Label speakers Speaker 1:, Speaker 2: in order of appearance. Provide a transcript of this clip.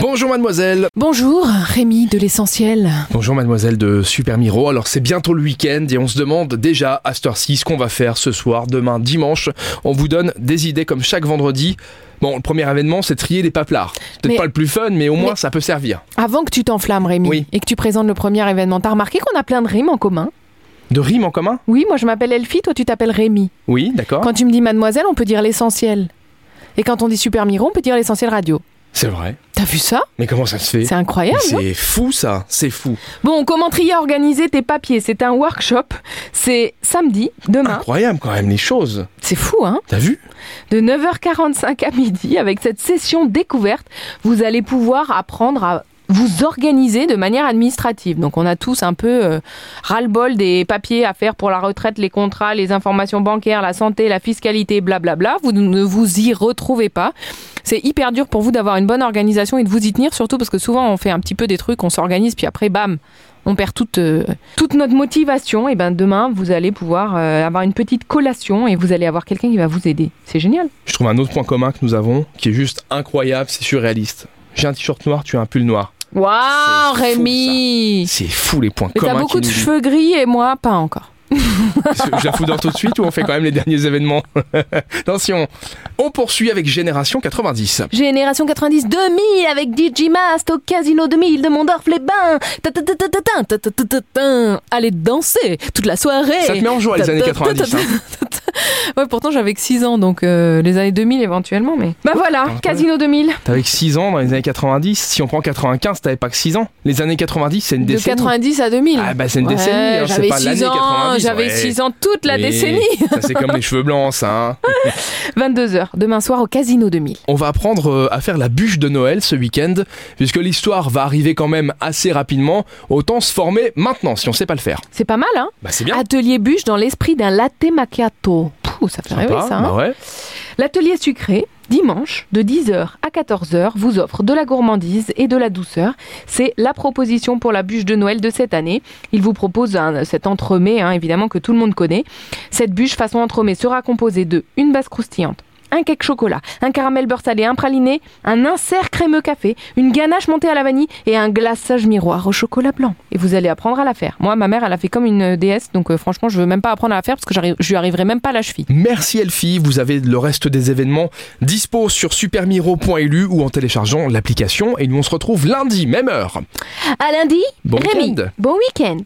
Speaker 1: Bonjour mademoiselle.
Speaker 2: Bonjour, Rémi de l'essentiel.
Speaker 1: Bonjour mademoiselle de Super Miro. Alors c'est bientôt le week-end et on se demande déjà à cette heure-ci ce qu'on va faire ce soir, demain, dimanche. On vous donne des idées comme chaque vendredi. Bon, le premier événement, c'est trier les paplards. C'est Peut-être
Speaker 2: Mais-
Speaker 1: pas le plus fun, mais au moins
Speaker 2: Mais-
Speaker 1: ça peut servir.
Speaker 2: Avant que tu t'enflammes, Rémi,
Speaker 1: Oui.
Speaker 2: et que tu présentes le premier événement, t'as remarqué qu'on a plein de rimes en commun
Speaker 1: De rimes en commun
Speaker 2: Oui, moi je m'appelle Elfie, toi tu t'appelles Rémi.
Speaker 1: Oui, d'accord.
Speaker 2: Quand tu me dis mademoiselle, on peut dire l'essentiel. Et quand on dit super Miro, on peut dire l'essentiel radio.
Speaker 1: C'est vrai.
Speaker 2: T'as vu ça
Speaker 1: Mais comment ça se fait
Speaker 2: C'est incroyable. non
Speaker 1: C'est fou ça, c'est fou.
Speaker 2: Bon, comment trier organiser tes papiers C'est un workshop. C'est samedi, demain.
Speaker 1: Incroyable quand même les choses.
Speaker 2: C'est fou, hein
Speaker 1: T'as vu
Speaker 2: De 9h45 à midi, avec cette session découverte, vous allez pouvoir apprendre à vous organiser de manière administrative. Donc on a tous un peu euh, ras-le-bol des papiers à faire pour la retraite, les contrats, les informations bancaires, la santé, la fiscalité, blablabla. Vous ne vous y retrouvez pas. C'est hyper dur pour vous d'avoir une bonne organisation et de vous y tenir, surtout parce que souvent on fait un petit peu des trucs, on s'organise, puis après, bam, on perd toute, euh, toute notre motivation. Et ben demain, vous allez pouvoir euh, avoir une petite collation et vous allez avoir quelqu'un qui va vous aider. C'est génial.
Speaker 1: Je trouve un autre point commun que nous avons qui est juste incroyable, c'est surréaliste. J'ai un t-shirt noir, tu as un pull noir.
Speaker 2: Waouh,
Speaker 1: C'est fou,
Speaker 2: Rémi
Speaker 1: C'est fou les points
Speaker 2: Mais
Speaker 1: communs.
Speaker 2: t'as beaucoup de
Speaker 1: qui nous lient.
Speaker 2: cheveux gris et moi, pas encore.
Speaker 1: Est-ce que Je la fous dans tout de suite ou on fait quand même les derniers événements Attention, on poursuit avec Génération 90.
Speaker 2: Génération 90 2000 avec DJ Mast au Casino 2000 de Mondorf-les-Bains. Ta ta ta ta ta ta ta ta ta ta ta. Allez danser toute la soirée.
Speaker 1: Ça te met en joie les années 90. hein.
Speaker 2: ouais, pourtant j'avais que 6 ans, donc euh, les années 2000 éventuellement, mais. Bah voilà,
Speaker 1: Incroyable.
Speaker 2: Casino 2000.
Speaker 1: hein. T'avais que 6 ans dans les années 90. Si on prend 95, t'avais pas que 6 ans. Les années 90, c'est une
Speaker 2: De
Speaker 1: décennie.
Speaker 2: 90 à 2000.
Speaker 1: Ah bah c'est une
Speaker 2: Ouais,
Speaker 1: décennie, hein, c'est
Speaker 2: j'avais
Speaker 1: pas l'année
Speaker 2: 6 ans,
Speaker 1: 90.
Speaker 2: j'avais 6 ans toute la décennie.
Speaker 1: Ça c'est comme les cheveux blancs, ça. hein.
Speaker 2: 22h, demain soir au Casino 2000.
Speaker 1: On va apprendre euh, à faire la bûche de Noël ce week-end, puisque l'histoire va arriver quand même assez rapidement. Autant se former maintenant si on sait pas le faire.
Speaker 2: C'est pas mal, hein
Speaker 1: Bah c'est bien.
Speaker 2: Atelier bûche dans l'esprit d'un latte macchiato. Pouh, ça fait rêver
Speaker 1: Sympa,
Speaker 2: ça. hein.
Speaker 1: bah ouais.
Speaker 2: L'atelier sucré, dimanche, de 10h à 14h, vous offre de la gourmandise et de la douceur. C'est la proposition pour la bûche de Noël de cette année. Il vous propose un- cet entremets, hein, évidemment, que tout le monde connaît. Cette bûche façon entremets sera composée de une base croustillante, un cake chocolat, un caramel beurre salé, un praliné, un insert crémeux café, une ganache montée à la vanille et un glaçage miroir au chocolat blanc. Et vous allez apprendre à la faire. Moi, ma mère, elle a fait comme une déesse, donc euh, franchement, je veux même pas apprendre à la faire parce que j'arrive- je lui arriverai même pas à la cheville.
Speaker 1: Merci Elfie, vous avez le reste des événements dispo sur supermiro.lu ou en téléchargeant l'application et nous on se retrouve lundi, même heure.
Speaker 2: À lundi
Speaker 1: Bon
Speaker 2: Rémi,
Speaker 1: week-end
Speaker 2: bon week-end